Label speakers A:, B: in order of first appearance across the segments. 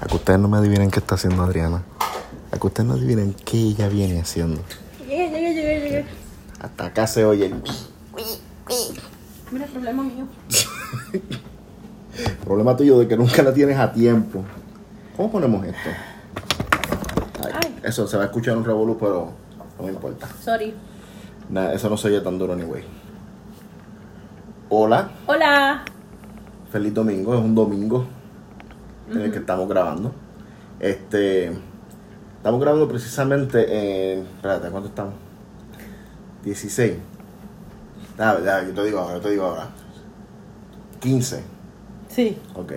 A: A que ustedes no me adivinen qué está haciendo Adriana. A que ustedes no adivinen qué ella viene haciendo.
B: Llegué, llegué, llegué, llegué.
A: Hasta acá se oye el
B: Mira, el problema mío.
A: problema tuyo de que nunca la tienes a tiempo. ¿Cómo ponemos esto? Ay,
B: Ay.
A: Eso se va a escuchar un revolú, pero no me importa.
B: Sorry.
A: Nada, eso no se oye tan duro anyway. Hola,
B: Hola.
A: feliz domingo. Es un domingo en el que estamos grabando. Este, estamos grabando precisamente en. Espérate, ¿cuánto estamos? 16. Ya, Ah, ya, yo te digo ahora, yo te digo ahora. 15.
B: Sí.
A: Ok.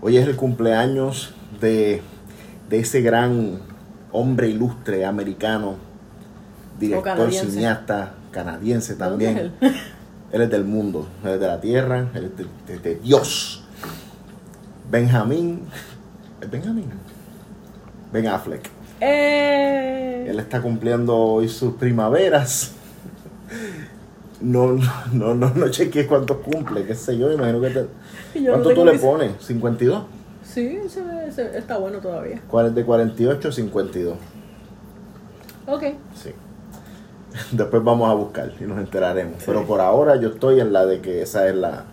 A: Hoy es el cumpleaños de, de ese gran hombre ilustre americano, director,
B: canadiense.
A: cineasta, canadiense
B: ¿Dónde
A: también. él? es del mundo, él es de la tierra, él es de, de- de Dios. Benjamín. ¿Es Benjamín? Ben Affleck.
B: Eh,
A: Él está cumpliendo hoy sus primaveras. No, no, no, no, no chequeé cuántos cumple, qué sé yo, imagino que te-
B: yo no
A: ¿Cuánto
B: tengo
A: tú le
B: mis-
A: pones? ¿52?
B: Sí, se ve- se ve- está bueno todavía.
A: Cuál es de 48 a 52.
B: Ok.
A: Sí. Después vamos a buscar y nos enteraremos. Pero por ahora yo estoy en la de que esa es la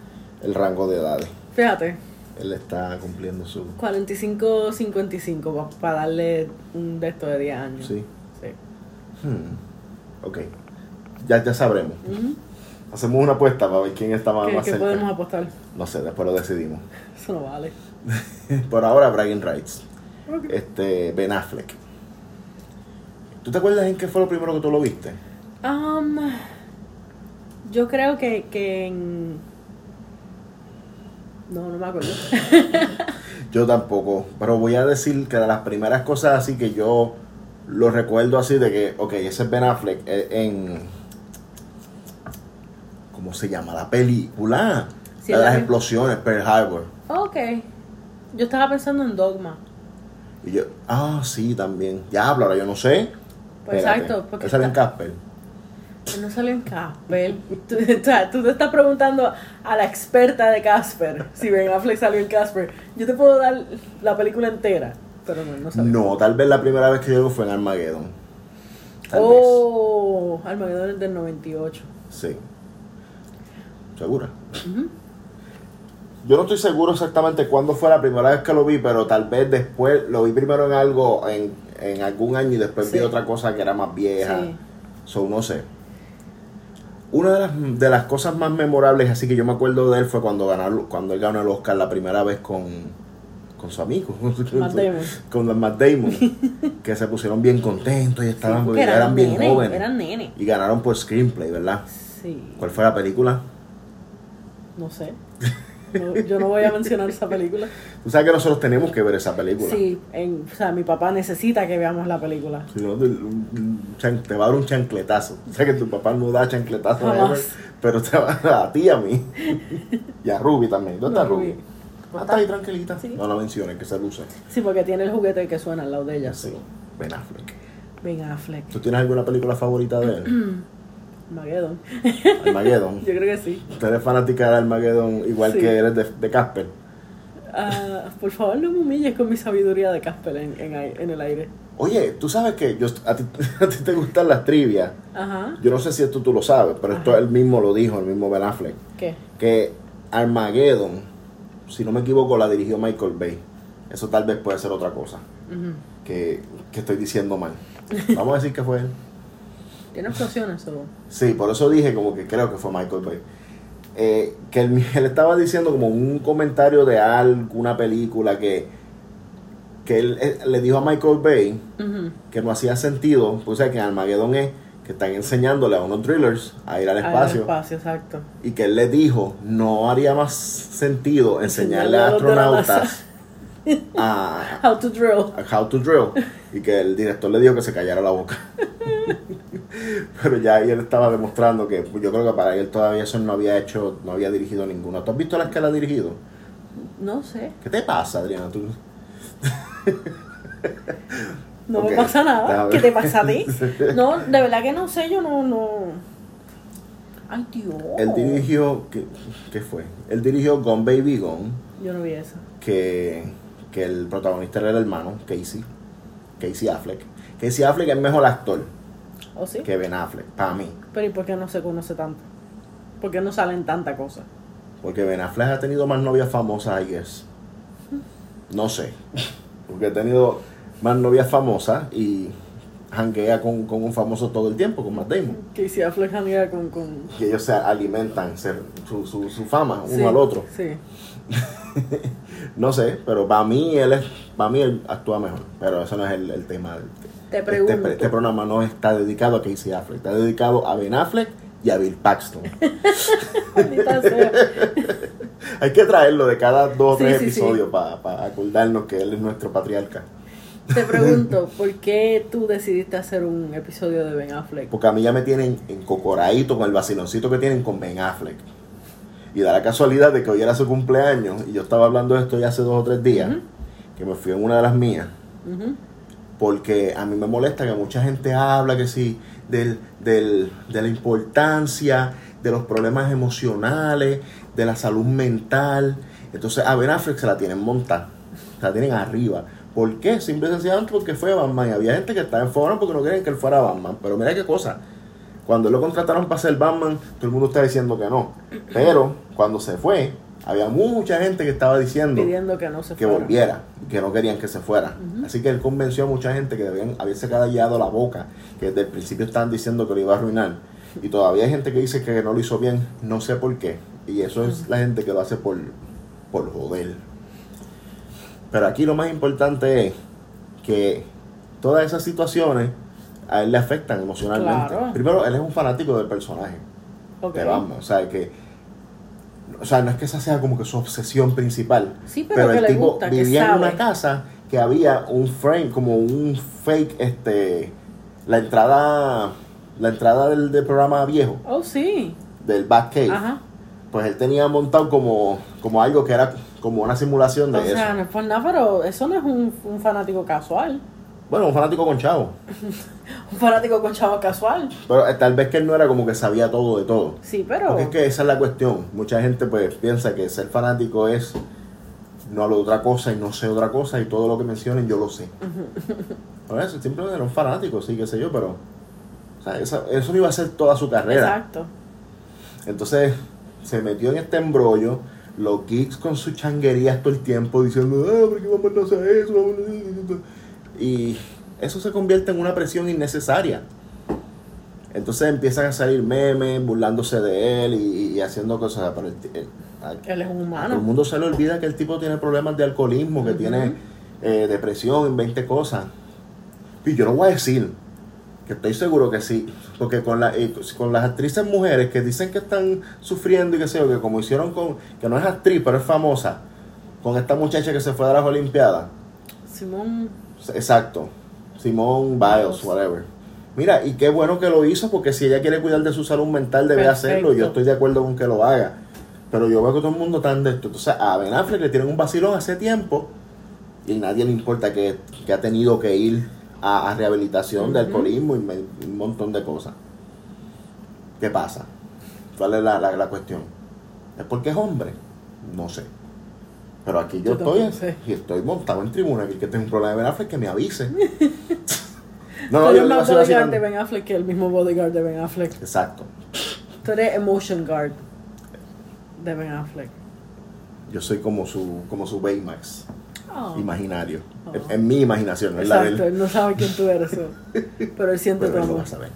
A: el rango de edades.
B: Fíjate,
A: Él está cumpliendo su
B: 45-55 para darle un de estos de 10 años.
A: sí.
B: Sí.
A: Hmm. Ok. Ya ya sabremos.
B: Ujú.
A: Hacemos una apuesta para ver quién está más,
B: ¿Qué,
A: más
B: qué
A: cerca.
B: podemos apostar?
A: No sé, después lo decidimos.
B: Eso no vale.
A: Por ahora Brian Rights.
B: Ok.
A: Este Ben Affleck. ¿Tú te acuerdas en qué fue lo primero que tú lo viste?
B: Um, yo creo que, que en... No, no me acuerdo.
A: Yo tampoco, pero voy a decir que de las primeras cosas así que yo lo recuerdo así de que, ok, ese es Ben Affleck eh, en... ¿Cómo se llama? La película.
B: Sí,
A: la de
B: la
A: las
B: pe-
A: explosiones, Pearl Harbor.
B: ok. Yo estaba pensando en Dogma.
A: Y yo, ah, sí, también. Diablo, ahora yo no sé.
B: Pues
A: Espérate,
B: exacto, porque
A: Esa era en
B: está-
A: Casper.
B: Que No salió en Casper. Tú, o sea, tú te estás preguntando a la experta de Casper si Ben Affleck salió en Casper. Yo te puedo dar la película entera, pero no, no salió.
A: No, tal vez la primera vez que yo lo fue en Armageddon. Tal
B: oh, Armagedón es del 98.
A: vez. Sí. ¿Segura?
B: Ujú.
A: Yo no estoy seguro exactamente cuándo fue la primera vez que lo vi, pero tal vez después lo vi primero en algo, en, en algún año y después vi
B: Sí.
A: otra cosa que era más vieja.
B: Sí.
A: So, no sé. Una de las, de las cosas más memorables, así que yo me acuerdo de él, fue cuando, ganó, cuando él ganó el Oscar la primera vez con, con su amigo.
B: Matt Damon.
A: Con Matt Damon. que se pusieron bien contentos y estaban
B: Sí,
A: porque
B: porque
A: eran, bien
B: nene,
A: jóvenes.
B: Eran nene.
A: Y ganaron por screenplay, ¿verdad?
B: Sí.
A: ¿Cuál fue la película?
B: No sé. No, yo no voy a mencionar esa película.
A: Tú sabes que nosotros tenemos que ver esa película.
B: Sí, en- o sea, mi papá necesita que veamos la película.
A: Si no, te- un chan- te va a dar un chancletazo. O sea que tu papá no da chancletazo,
B: Jamás.
A: ever, pero te va a dar a ti y a mí. Y a Ruby también. ¿Dónde
B: No,
A: está Ruby?
B: Ruby.
A: Ah, está ahí tranquilita.
B: Sí.
A: No la menciones, que se luce.
B: Sí, porque tiene el juguete que suena al lado de ella.
A: Sí. Ben Affleck.
B: Ben Affleck.
A: ¿Tú tienes alguna película favorita de él?
B: Armageddon.
A: Armageddon.
B: Yo creo que sí.
A: Tú eres fanática de Armageddon igual
B: Sí.
A: que eres de, de Casper.
B: Ah, por favor, no me humilles con mi sabiduría de Casper en, en ai- en el aire.
A: Oye, tú sabes que yo, a, ti, a ti te gustan las trivias.
B: Ajá.
A: Yo no sé si esto tú lo sabes, pero esto
B: Ajá.
A: él mismo lo dijo, el mismo Ben Affleck.
B: ¿Qué?
A: que Armageddon, si no me equivoco, la dirigió Michael Bay. Eso tal vez puede ser otra cosa
B: Ujú.
A: que, que estoy diciendo mal. Vamos a decir que fue él.
B: Tiene explosiones o.
A: Sí, por eso dije como que creo que fue Michael Bay. Eh, que él, él estaba diciendo como un comentario de alguna película que, que él eh, le dijo a Michael Bay
B: Ujú.
A: que no hacía sentido, pues o sea, que Armageddon es que están enseñándole a unos drillers a ir al
B: Ah,
A: espacio.
B: espacio, exacto.
A: y que él le dijo no haría más sentido enseñarle a
B: Enseñarle a los de la
A: astronautas a,
B: How to drill.
A: a how to drill y que el director le dijo que se callara la boca pero ya ahí él estaba demostrando que pues, yo creo que para él todavía eso no había hecho no había dirigido ninguna ¿tú has visto las que él ha dirigido?
B: No sé.
A: ¿qué te pasa Adriana? ¿Tú?
B: No
A: Ok,
B: me pasa
A: está
B: nada. ¿Qué
A: bien.
B: te pasa a ti? No, de verdad que no sé. Yo no. no... Ay, Dios.
A: él dirigió ¿qué, qué fue? él dirigió Gone Baby Gone
B: Yo no vi eso.
A: que que el protagonista era el hermano, Casey, Casey Affleck. Casey Affleck es mejor actor
B: ¿O sí?
A: que Ben Affleck, para mí.
B: Pero ¿y por qué no se conoce tanto? ¿Por qué no salen tanta cosa?
A: Porque Ben Affleck ha tenido más novias famosas, I guess. No sé. Porque ha tenido más novias famosas y janguea con, con un famoso todo el tiempo, con Matt Damon.
B: Casey Affleck janguea con... con...
A: Y ellos se alimentan se- su, su, su fama uno
B: Sí,
A: al otro.
B: Sí.
A: No sé, pero para mí él es, para mí él actúa mejor. Pero eso no es el, el tema. del-
B: Te
A: Este,
B: pregunto.
A: este programa no está dedicado a Casey Affleck, está dedicado a Ben Affleck y a Bill Paxton.
B: Maldita sea.
A: Hay que traerlo de cada dos o
B: Sí,
A: tres
B: sí, sí.
A: episodios para acordarnos que él es nuestro patriarca.
B: Te pregunto, ¿por qué tú decidiste hacer un episodio de Ben Affleck?
A: Porque a mí ya me tienen encocoradito con el vaciloncito que tienen con Ben Affleck. Y da la casualidad de que hoy era su cumpleaños y yo estaba hablando de esto ya hace dos o tres días,
B: Ujú.
A: que me fui en una de las mías.
B: Ujú.
A: porque a mí me molesta que mucha gente habla que sí del, del- de la importancia de los problemas emocionales, de la salud mental. Entonces a Ben Affleck se la tienen montada, se la tienen arriba. ¿Por qué? Simple y sencillamente porque fue Batman. Y había gente que estaba en forma porque no querían que él fuera Batman. Pero mira qué cosa. Cuando lo contrataron para ser Batman, todo el mundo está diciendo que no. Pero cuando se fue, había mucha gente que estaba diciendo
B: Pidiendo que no se
A: que
B: fuera.
A: volviera, que no querían que se fuera. Así que él convenció a mucha gente que debían haberse callado la boca, que desde el principio estaban diciendo que lo iba a arruinar. Y todavía hay gente que dice que no lo hizo bien, no sé por qué. Y eso es la gente que lo hace por, por joder. Pero aquí lo más importante es que todas esas situaciones a él le afectan emocionalmente.
B: Claro.
A: Primero, él es un fanático del personaje
B: Ok.
A: de Batman. O sea, que. O sea, no es que esa sea como que su obsesión principal.
B: Sí, pero que
A: el
B: le
A: tipo
B: gusta, que
A: vivía en
B: sabe.
A: una casa que había un frame, como un fake, este. La entrada. La entrada del, del programa viejo,
B: Oh, sí.
A: del Batcave.
B: Ajá.
A: Pues él tenía montado como, como algo que era como una simulación de
B: O
A: eso.
B: sea, no es por nada, pero eso no es un, un fanático casual.
A: Bueno, un fanático con chavo.
B: Un fanático con chavo casual.
A: Pero eh, tal vez que él no era como que sabía todo de todo.
B: Sí, pero...
A: Porque es que esa es la cuestión. Mucha gente pues piensa que ser fanático es no hablo de otra cosa y no sé otra cosa y todo lo que mencionen yo lo sé. Por eso, simplemente era un fanático, sí, qué sé yo, pero o sea, esa- eso no iba a ser toda su carrera.
B: Exacto.
A: Entonces se metió en este embrollo, los geeks con sus changuerías todo el tiempo diciendo, ah, porque vamos no hace eso, Mamá no hace eso". Y eso se convierte en una presión innecesaria. Entonces empiezan a salir memes, burlándose de él y, y haciendo cosas. Pero eh, el ti- el- a-
B: Él es un
A: todo el
B: humano.
A: mundo se le olvida que el tipo tiene problemas de alcoholismo, que
B: Ujú.
A: tiene eh, depresión, 20 cosas. Y yo no voy a decir que estoy seguro que sí, porque con, la, eh, con las actrices mujeres que dicen que están sufriendo y que sé yo, que como hicieron con, que no es actriz, pero es famosa, con esta muchacha que se fue de las Olimpiadas,
B: Simón...
A: Exacto. Simón Biles, whatever. Mira, y qué bueno que lo hizo, porque si ella quiere cuidar de su salud mental, debe
B: Perfecto.
A: hacerlo. Yo estoy de acuerdo con que lo haga. Pero yo veo que todo el mundo tan de esto. Entonces, a Ben Affleck le tienen un vacilón hace tiempo y nadie le importa que, que ha tenido que ir a, a rehabilitación de
B: Ujú.
A: alcoholismo y me- un montón de cosas. ¿Qué pasa? ¿Cuál es la, la- la cuestión? ¿Es porque es hombre? No sé. Pero aquí yo
B: Yo tampoco
A: estoy
B: sé.
A: y estoy montado en tribuna. que El que tenga un problema de Ben Affleck que me avise. no,
B: Tú
A: no,
B: eres
A: yo le
B: más
A: voy a
B: bodyguard de
A: decir
B: Ben Affleck que el mismo bodyguard de Ben Affleck.
A: Exacto.
B: Tú eres emotion guard de Ben Affleck.
A: Yo soy como su, como su Baymax
B: Oh.
A: imaginario.
B: Oh.
A: En, en mi imaginación, no es la de
B: Exacto,
A: él.
B: él no sabe quién tú eres. so. Pero él siente
A: Pero
B: tu
A: él lo va a
B: amor.
A: saber.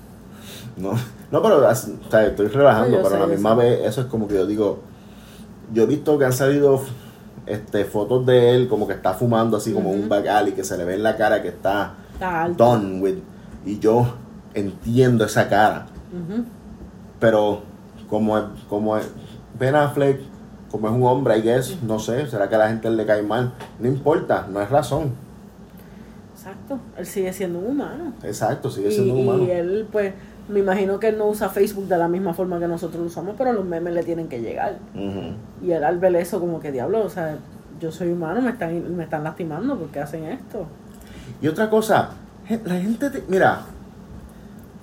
A: No, no pero as- o sea, estoy relajando,
B: No, yo
A: pero
B: sé,
A: a la
B: yo
A: misma
B: sé.
A: vez eso es como que yo digo, yo he visto que han salido este, fotos de él como que está fumando así como un
B: Ujú.
A: back alley, que se le ve en la cara que está
B: Está alto.
A: done with. Y yo entiendo esa cara.
B: Ujú.
A: pero como es, como es Ben Affleck, como es un hombre, I guess, no sé, será que a la gente le cae mal, no importa, no es razón,
B: Exacto, él sigue siendo un humano.
A: exacto, sigue
B: Y-
A: siendo un
B: y,
A: humano.
B: él, pues, me imagino que él no usa Facebook de la misma forma que nosotros lo usamos, pero los memes le tienen que llegar.
A: Ujú.
B: Y él al ver eso, como que diablo, o sea, yo soy humano, me están, me están lastimando porque hacen esto.
A: Y otra cosa, gen- la gente, te- mira,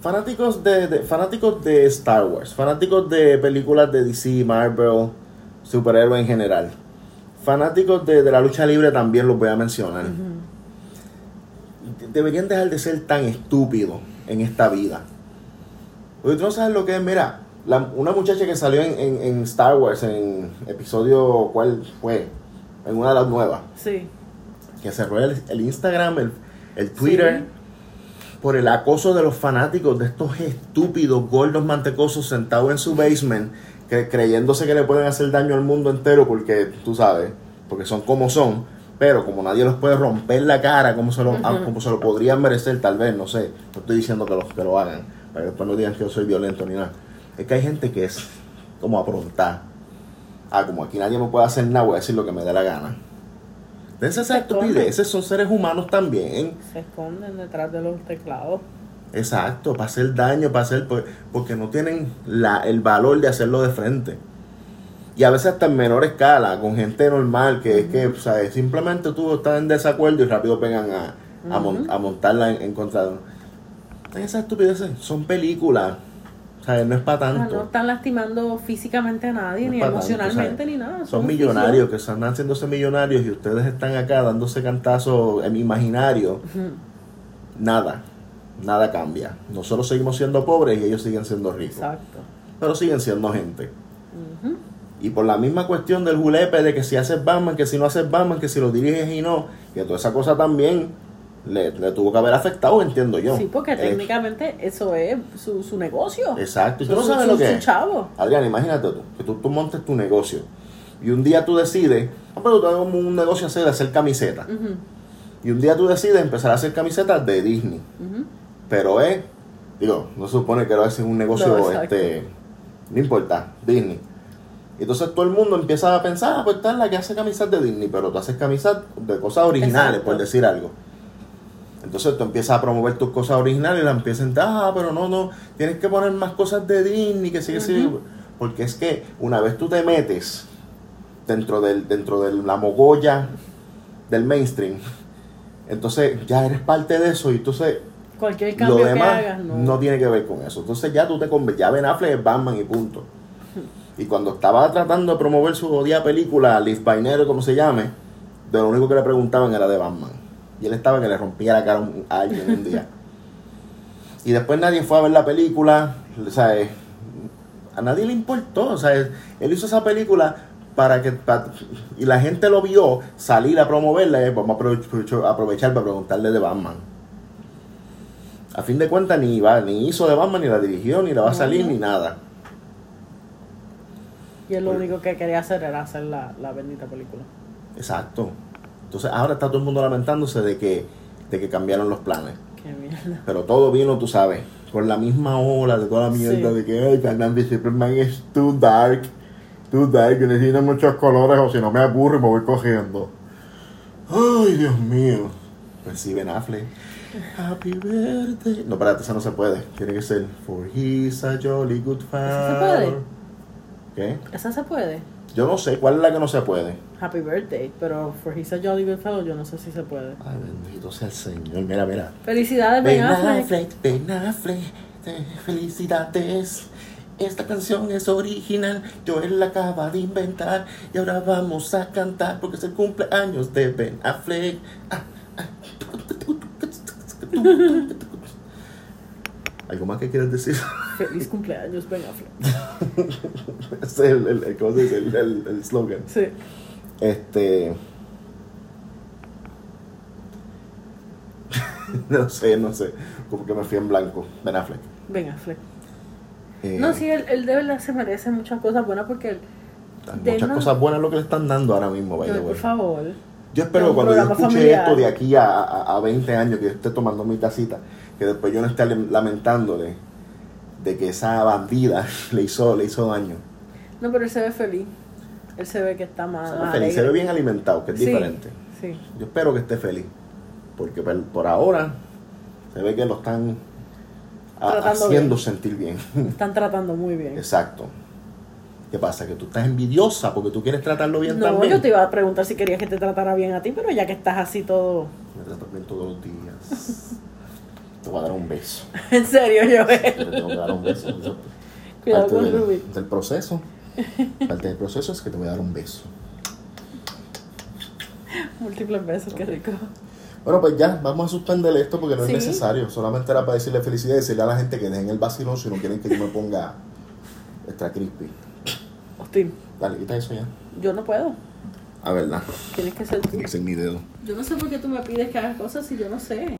A: fanáticos de, de- fanáticos de Star Wars, fanáticos de películas de DC, Marvel, superhéroes en general, Fanáticos de, de la lucha libre también los voy a mencionar. De- Deberían dejar de ser tan estúpidos en esta vida. Oye, tú no sabes lo que es, mira, la- una muchacha que salió en, en- en Star Wars, en episodio, ¿cuál fue? En una de las nuevas,
B: Sí.
A: que cerró el, el Instagram, el, el Twitter, por el acoso de los fanáticos, de estos estúpidos gordos mantecosos sentados en su basement, que, creyéndose que le pueden hacer daño al mundo entero porque, tú sabes, porque son como son, pero como nadie los puede romper la cara, como se lo, ah,
B: Ujú.
A: como se lo podrían merecer, tal vez, no sé, no estoy diciendo que, los, que lo hagan, para que después no digan que yo soy violento ni nada. Es que hay gente que es como aprontada. Ah, como aquí nadie me puede hacer nada, voy a decir lo que me dé la gana. Dense esas
B: Exacto.
A: estupideces, son seres humanos también.
B: Se esconden detrás de los teclados.
A: Exacto, para hacer daño, para hacer, por- porque no tienen la, el valor de hacerlo de frente. Y a veces hasta en menor escala, con gente normal, que es que ¿sabes? simplemente tú estás en desacuerdo y rápido pegan a, a, mon- a montarla en, en contra de uno. Esas estupideces son películas, ¿sabes? no es para
B: O sea,
A: tanto.
B: Ah, no están lastimando físicamente a nadie,
A: No
B: ni
A: es para tanto,
B: emocionalmente,
A: ¿sabes?
B: ni nada.
A: Son
B: oficios.
A: millonarios que están haciéndose millonarios y ustedes están acá dándose cantazos en imaginario.
B: Ujú.
A: Nada, nada cambia. Nosotros seguimos siendo pobres y ellos siguen siendo ricos.
B: Exacto.
A: Pero siguen siendo gente.
B: Ujú.
A: Y por la misma cuestión del julepe de que si haces Batman, que si no haces Batman, que si lo diriges y no, que toda esa cosa también le, le tuvo que haber afectado, entiendo yo.
B: Sí, porque
A: Eh,
B: técnicamente eso es su, su negocio.
A: Exacto, y tú
B: Su-
A: no sabes
B: su-
A: lo que
B: su
A: es.
B: chavo.
A: Adrián, imagínate tú, que tú, tú montes tu negocio y un día tú decides, ah, pero tú hago un negocio así de hacer camisetas.
B: Ujú,
A: Y un día tú decides empezar a hacer camisetas de Disney.
B: ujú.
A: Pero es, digo, no se supone que lo haces en un negocio,
B: No, exacto.
A: este, no importa, Disney. Y Entonces todo el mundo empieza a pensar, ah, pues está la que hace camisas de Disney, pero tú haces camisas de cosas originales,
B: Exacto.
A: por decir algo. Entonces tú empiezas a promover tus cosas originales y las empiezas a ah, pero no, no, tienes que poner más cosas de Disney, que sí, que sí.
B: Ujú.
A: Porque es que una vez tú te metes dentro, del, dentro de la mogolla del mainstream, entonces ya eres parte de eso y entonces
B: Cualquier
A: lo
B: cambio
A: demás
B: que hagas, no.
A: no. tiene que ver con eso. Entonces ya tú te conviertes, ya Ben Affleck es Batman y punto. Y cuando estaba tratando de promover su jodida película, Liz Painero, como se llame, de lo único que le preguntaban era de Batman. Y él estaba que le rompía la cara a un- a alguien un día. y después nadie fue a ver la película, o sea, eh, a nadie le importó, o sea, él hizo esa película para que pa- y la gente lo vio salir a promoverla, eh, vamos a aprove- aprovechar para preguntarle de Batman. A fin de cuentas ni va, ni hizo de Batman, ni la dirigió, ni la va a
B: No,
A: salir,
B: no.
A: ni nada.
B: Y él lo único que quería hacer era hacer la, la bendita película.
A: Exacto. Entonces ahora está todo el mundo lamentándose de que, de que cambiaron los planes.
B: Qué mierda.
A: Pero todo vino, tú sabes, con la misma ola de toda la mierda
B: Sí.
A: de que ay, Fernández Superman es too dark, too dark, que necesita muchos colores o si no me aburro y me voy cogiendo. Ay, Dios mío. Pues sí, Ben Affleck. Happy birthday. No, espérate, esa no se puede. Tiene que ser For he's a jolly good
B: ¿Esa se
A: fellow.
B: puede?
A: ¿Qué?
B: ¿Esa se puede?
A: Yo no sé cuál es la que no se puede.
B: Happy birthday. Pero for He's a Jolly Good Fellow, yo no sé si se puede.
A: Ay, bendito sea el Señor. Mira, mira.
B: Felicidades, Ben Affleck.
A: Ben Affleck, te- felicidades. Esta canción es original, yo la acaba de inventar y ahora vamos a cantar porque es el cumpleaños de Ben Affleck. Ah, ah. ¿Algo más que quieras decir?
B: Feliz cumpleaños, Ben Affleck.
A: es el, el, el- ¿cómo se dice? El- el- el slogan.
B: Sí.
A: Este. no sé, no sé. Como que me fui en blanco. Ben Affleck.
B: Ben Affleck.
A: Eh,
B: No, sí, él, él de verdad se merece muchas cosas buenas porque él. de
A: Muchas
B: no-
A: cosas buenas lo que le están dando ahora mismo, by the
B: Yo,
A: way.
B: por favor.
A: Yo espero que
B: un
A: cuando yo
B: programa
A: escuche
B: familiar.
A: esto de aquí a, a, a 20 años, que yo esté tomando mi tacita, que después yo no esté lem- lamentándole de que esa bandida le hizo, le hizo daño.
B: No, pero él se ve feliz. Él se ve que está más.
A: Se ve
B: más
A: feliz, se ve
B: Ah, alegre.
A: bien alimentado, que es
B: Sí,
A: diferente.
B: Sí.
A: Yo espero que esté feliz. Porque por, por ahora se ve que lo están a-
B: Tratando
A: haciendo
B: bien.
A: sentir bien.
B: Me Están tratando muy bien.
A: Exacto. ¿Qué pasa? Que tú estás envidiosa porque tú quieres tratarlo bien
B: no,
A: también.
B: yo te iba a preguntar si querías que te tratara bien a ti, pero ya que estás así todo.
A: Me tratas bien todos los días. te voy a dar un beso.
B: en serio,
A: Te
B: Joel.
A: tengo que dar un beso. Eso
B: Cuidado
A: parte
B: con
A: del,
B: Ruby.
A: del proceso. Parte del proceso es que te voy a dar un beso.
B: múltiples veces, qué rico.
A: Bueno, pues ya, vamos a suspender esto porque no
B: Sí.
A: es necesario. Solamente era para decirle felicidad y decirle a la gente que dejen el vacilón si no quieren que yo me ponga extra crispy.
B: Hostil,
A: Dale, quita eso ya.
B: yo no puedo.
A: A verdad,
B: Tienes que ser tú.
A: es en mi dedo.
B: Yo no sé por qué tú me pides que hagas cosas si yo no sé.